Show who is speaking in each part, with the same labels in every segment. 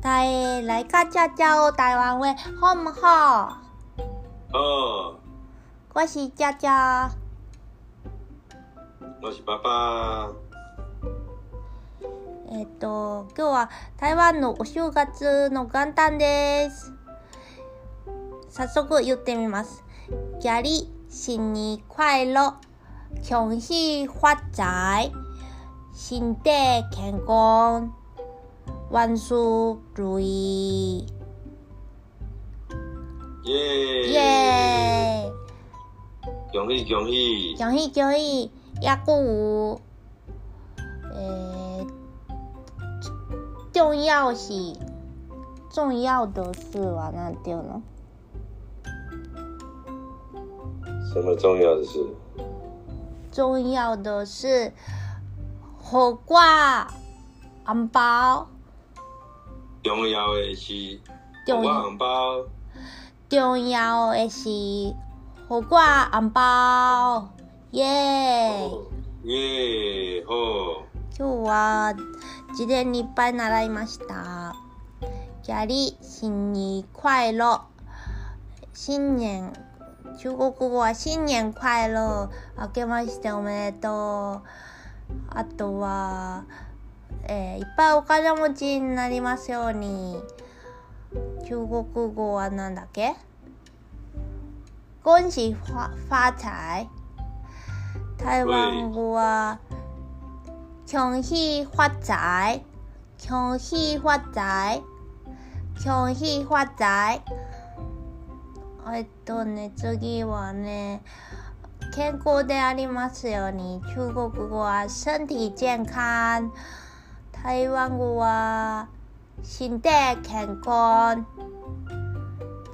Speaker 1: 大家来个教教台湾话好唔好？
Speaker 2: 哦，
Speaker 1: 我是佳佳，
Speaker 2: 我是爸爸。
Speaker 1: えっ、と今日は台湾のお正月の元旦です。早速言ってみます。ギャリ新年快乐、恭喜发财、身体健康、万事如意。
Speaker 2: 耶！
Speaker 1: イエーイ。
Speaker 2: 恭喜恭喜！
Speaker 1: 恭喜恭喜！也佫有，诶、呃重要是重要的事はなんていうの？
Speaker 2: 什么重要的事？
Speaker 1: 重要的是火锅、红包、
Speaker 2: 重要的是
Speaker 1: 重
Speaker 2: 我红包。
Speaker 1: 重要的是火锅、红包，耶、
Speaker 2: 哦耶！好，
Speaker 1: 今日は事前にいっぱい習いました。ギャリ新年快乐。新年、中国語は新年快乐。明けましておめでとう。あとは、えーいっぱいお金持ちになりますように。中国語はなんだっけ恭喜发发财。台湾語は、恭喜发财，恭喜发财，恭喜发财。えっとね、次はね、健康でありますように、中国語は身体健康、台湾語は身体健康。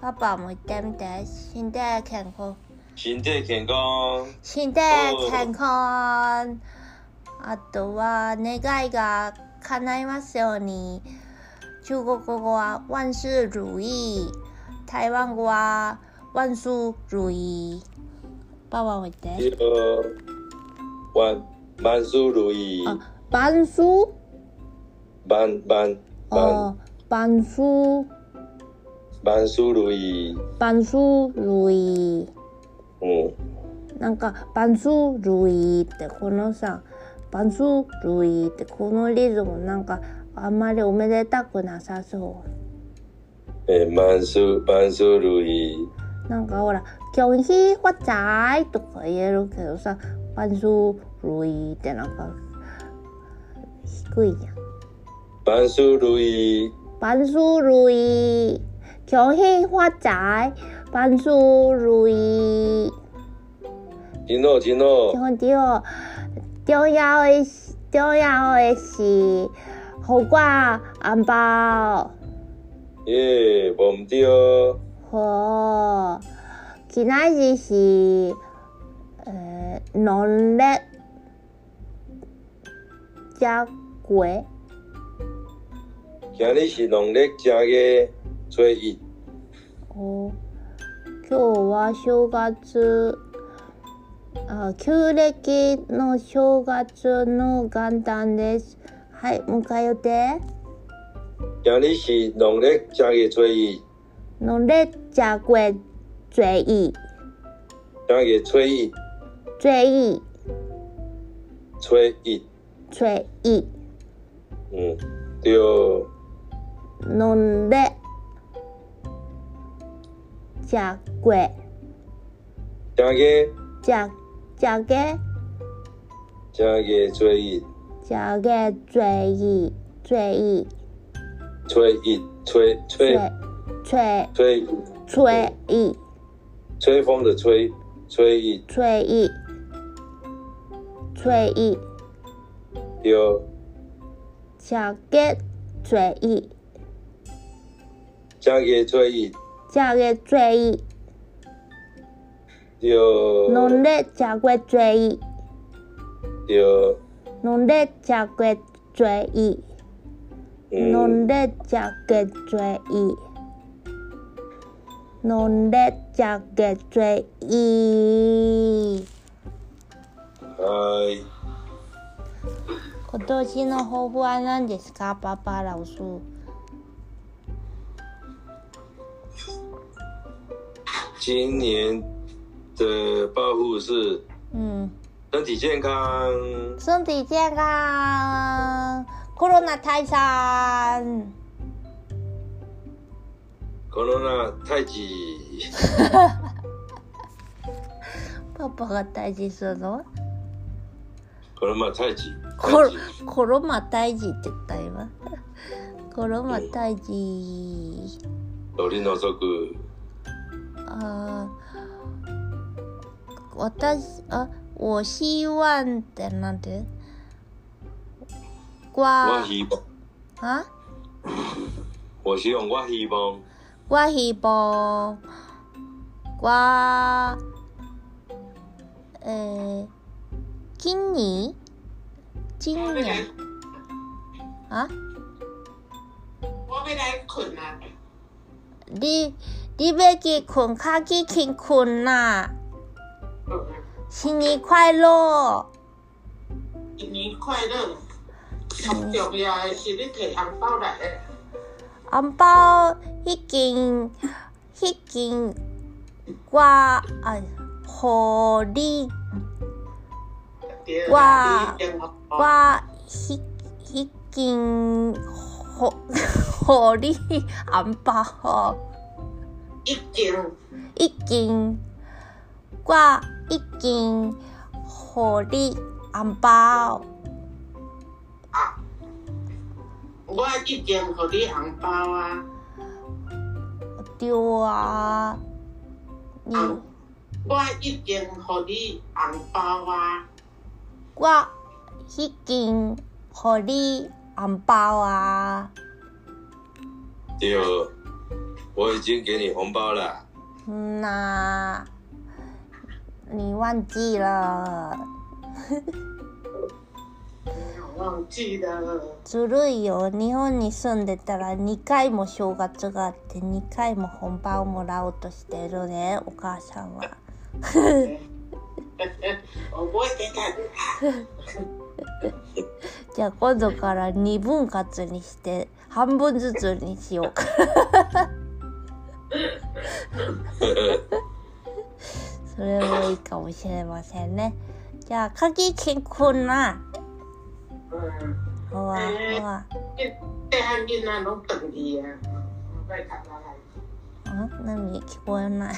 Speaker 1: パパも言ってみて、身体健康。
Speaker 2: 身体健康。
Speaker 1: 身体健康あとは願いが叶いますように中国語は万事如意台湾語は万事如意パワーを言って
Speaker 2: 哟，万万事如意，
Speaker 1: あ万事
Speaker 2: 万万万
Speaker 1: あ万事
Speaker 2: 万事如意。
Speaker 1: 万事如意
Speaker 2: 嗯，
Speaker 1: なんか万事如意ってこのさ万事如意ってこのリズムなんかあんまりおめでたくなさそう
Speaker 2: 诶，万事万事如意。
Speaker 1: なんかほら、恭喜发財とか言えるけどさ、万事如意ってなんか低いじゃん。
Speaker 2: 万事如意，
Speaker 1: 万事如意、恭喜发財、万事如意。
Speaker 2: 真好真
Speaker 1: 基
Speaker 2: 好，
Speaker 1: 本的哦，重要的是重要的是好挂红包。
Speaker 2: 耶，无毋对哦。
Speaker 1: ほう、今日是呃农历正月，
Speaker 2: 今日是农历正月初一，
Speaker 1: 哦，今日は正月。あ旧暦の正月の元旦です。はい、もう一回言って。
Speaker 2: 今日是农历正月初一，
Speaker 1: 農历正月最意
Speaker 2: 正月初一，
Speaker 1: 最意
Speaker 2: 初一，
Speaker 1: 最意
Speaker 2: 嗯，对，
Speaker 1: 农历正月。
Speaker 2: 正月
Speaker 1: 食食个
Speaker 2: 正月初一，
Speaker 1: 食个醉意醉意
Speaker 2: 初一，初初
Speaker 1: 醉醉
Speaker 2: 吹
Speaker 1: 醉意
Speaker 2: 吹风的吹，吹一
Speaker 1: 醉意醉意
Speaker 2: 对，
Speaker 1: 食个醉意
Speaker 2: 正月初一
Speaker 1: 食个醉意
Speaker 2: 对，
Speaker 1: 农历食过醉意
Speaker 2: 对，
Speaker 1: 农历食过醉意
Speaker 2: 嗯，
Speaker 1: 农历食过醉意农历食过醉意。
Speaker 2: 哎，
Speaker 1: 今年の抱負は何ですかパパラオス。
Speaker 2: 今年的抱负是
Speaker 1: 嗯，
Speaker 2: 身体健康，
Speaker 1: 身体健康，コロナ退散。
Speaker 2: コロナ太极。
Speaker 1: パパが退治するの？
Speaker 2: コロナ太极。
Speaker 1: コロ
Speaker 2: 太极
Speaker 1: コロマ退治って言った今。 コロマ退治。
Speaker 2: 取り除く。
Speaker 1: 啊，我但是啊，我希望的那的，
Speaker 2: 我
Speaker 1: 我
Speaker 2: 希望，
Speaker 1: 啊，
Speaker 2: 我希望，我希望，
Speaker 1: 我希望我呃，今年，今年啊，
Speaker 3: 我要来困啊！
Speaker 1: 你你要去困，较去去困啦，新年快乐！
Speaker 3: 新年快乐！上重要的是你摕红包来的，
Speaker 1: 红包迄间迄间我哎，互你
Speaker 3: 对
Speaker 1: 哇
Speaker 3: 啦，你一定要
Speaker 1: 我迄迄间互互你红包，
Speaker 3: 一定
Speaker 1: 已经我已经互你红包，
Speaker 3: 啊！我一定给你红包啊！
Speaker 1: 对啊，你
Speaker 3: 红，我一定给你红包啊！
Speaker 1: 我迄间互你红包啊。
Speaker 2: 对，我已经给你红包了，
Speaker 1: 嗯呐，你忘记了？
Speaker 3: 忘记了，
Speaker 1: ずるいよ。日本に住んでたら2回も正月があって2回も本番をもらおうとしてるね、お母さんは。
Speaker 3: 覚えてた。
Speaker 1: じゃあ今度から2分割にして半分ずつにしよう か。それもいいかもしれませんね。じゃあ、鍵健康な。
Speaker 3: 嗯，
Speaker 1: ほわほわ。
Speaker 3: 这这汉囡仔拢等你啊！我要读来。
Speaker 1: ん何聞こえない。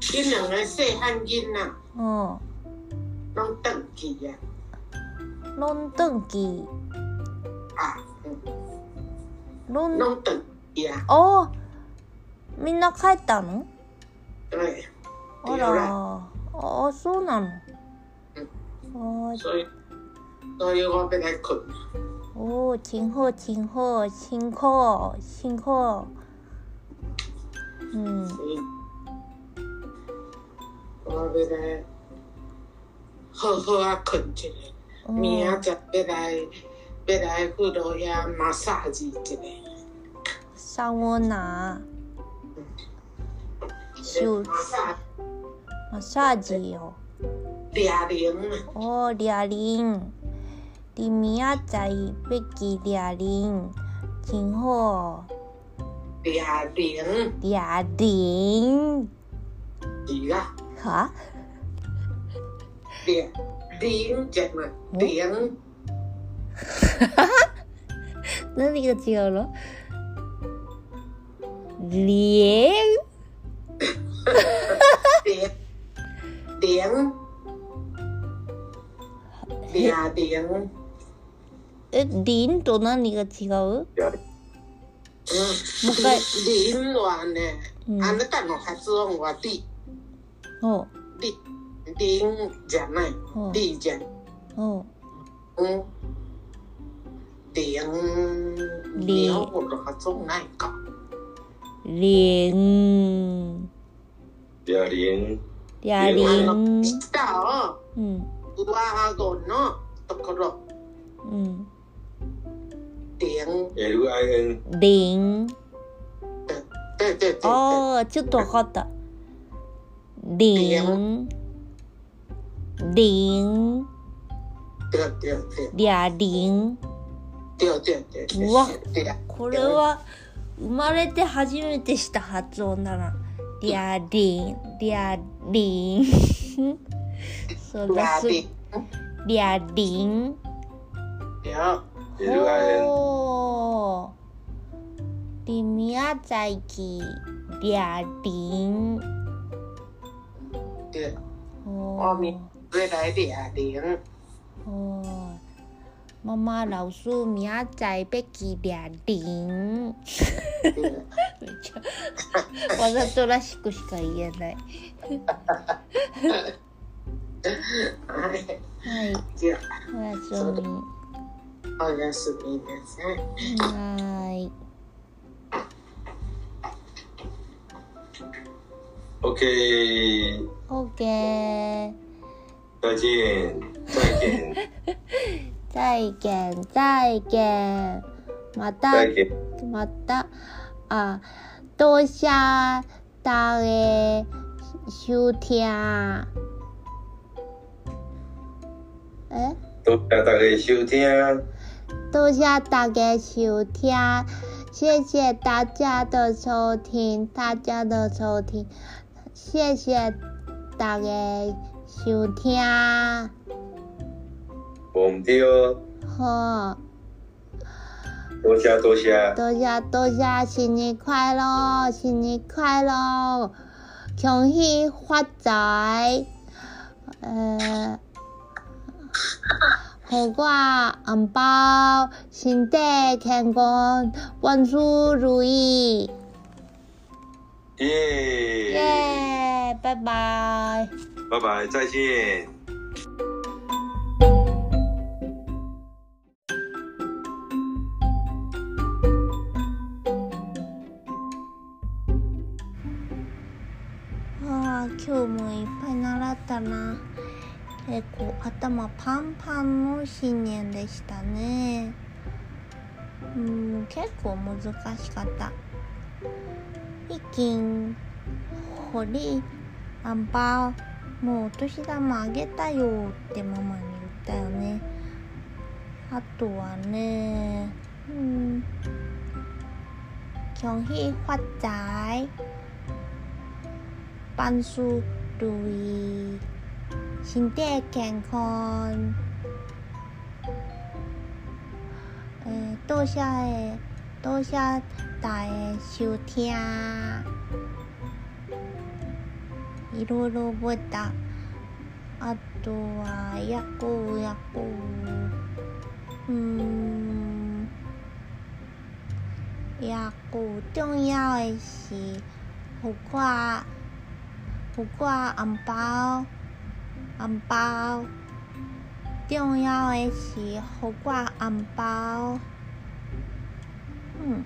Speaker 3: 恁两个细汉囡仔
Speaker 1: うん。
Speaker 3: 拢等去啊！
Speaker 1: ロンドンキー。
Speaker 3: 啊，嗯
Speaker 1: ロン、
Speaker 3: 拢等去啊！
Speaker 1: あーみんな帰ったの
Speaker 3: 对，
Speaker 1: あらあ、そうなの。おー
Speaker 3: 所以，所以我要来困。
Speaker 1: おー、今後、今後、辛苦、辛苦。うん、
Speaker 3: 所以我要来好好啊困一下。
Speaker 1: うん
Speaker 3: 明仔载要来要来富罗遐马杀鸡一下。
Speaker 1: サウナ、シュー
Speaker 3: 马杀
Speaker 1: マッサージよ。
Speaker 3: 抓零啊！
Speaker 1: おー、リアリン。リミアチャイ、ベッキー、リアリン。今後、
Speaker 3: 抓零
Speaker 1: リアリン。
Speaker 3: 是啊，
Speaker 1: は
Speaker 3: 抓零怎么零？
Speaker 1: 何が違うのリン
Speaker 3: 零零抓零。
Speaker 1: え、リンと何が違うもう
Speaker 2: 呀，
Speaker 1: 一回。
Speaker 3: 凌乱呢
Speaker 1: 嗯？
Speaker 3: 啊，你干我还是用我弟
Speaker 1: おう
Speaker 3: 弟凌讲呢？
Speaker 1: 哦
Speaker 3: 弟讲，
Speaker 1: おう
Speaker 3: 嗯，凌
Speaker 1: 凌
Speaker 3: 了我还总爱搞，
Speaker 1: リン。
Speaker 2: 哑铃，
Speaker 1: やり
Speaker 3: 아,
Speaker 1: ん。
Speaker 3: 知道哦？
Speaker 1: うん。
Speaker 3: 我阿个呢，都可了
Speaker 1: うん。
Speaker 3: 凌，
Speaker 2: L I N，
Speaker 1: リン。
Speaker 3: 对对对对，
Speaker 1: ああ、ちょっとわかった。リン。リン。
Speaker 3: 对对对
Speaker 1: リャリン。
Speaker 3: 对对对对，
Speaker 1: うわ
Speaker 3: 对呀，
Speaker 1: これは生まれて初めてした発音だな。嗲零嗲 零，说的
Speaker 3: 嗲
Speaker 1: 是
Speaker 3: 零，
Speaker 1: 嗲零
Speaker 3: 对，
Speaker 2: 一路爱练，
Speaker 1: 哦。你明仔载起嗲零
Speaker 3: 对，我
Speaker 1: 哦
Speaker 3: 明未来嗲零，
Speaker 1: 哦，妈妈老师明仔载要起嗲零。
Speaker 3: 对，
Speaker 1: めっちゃわざとらしくしか言えない。
Speaker 3: はい
Speaker 1: はい、
Speaker 3: じゃ
Speaker 1: おやすみ。は
Speaker 3: あおやすみなさい。
Speaker 1: ーい。
Speaker 2: OK，
Speaker 1: オッケー。
Speaker 2: 再见，再
Speaker 1: 再
Speaker 2: 见，
Speaker 1: 见、再见。また、
Speaker 2: 再见，
Speaker 1: また、あ、どうしゃ、だれ、しゅうてゃ。え
Speaker 2: 多谢大家收听。
Speaker 1: 多谢大家收听，谢谢大家的收听，大家的收听，谢谢大家收听。
Speaker 2: 我们丢，
Speaker 1: 好，
Speaker 2: 哦多谢多谢，
Speaker 1: 多谢多谢，新年快乐，新年快乐，恭喜发财。呃，给我红包，身体健康，万事如意。
Speaker 2: 耶，
Speaker 1: 耶，拜拜。
Speaker 2: 拜拜，再见。
Speaker 1: ああ、今日もいっぱい習ったな。結構頭パンパンの新年でしたね。うん、結構難しかった。一斤、掘り、アンパー、もうお年玉あげたよってママに言ったよね。あとはね、うん、キョンヒーファッチャイ。万事如意，身体健康。诶、多谢诶，多谢大家的收听。いろいろ覚えた。あとは、やっこうやっこう。うーん。やっこう重要的是，好看。不过红包，红包，重要的是给我红包。嗯，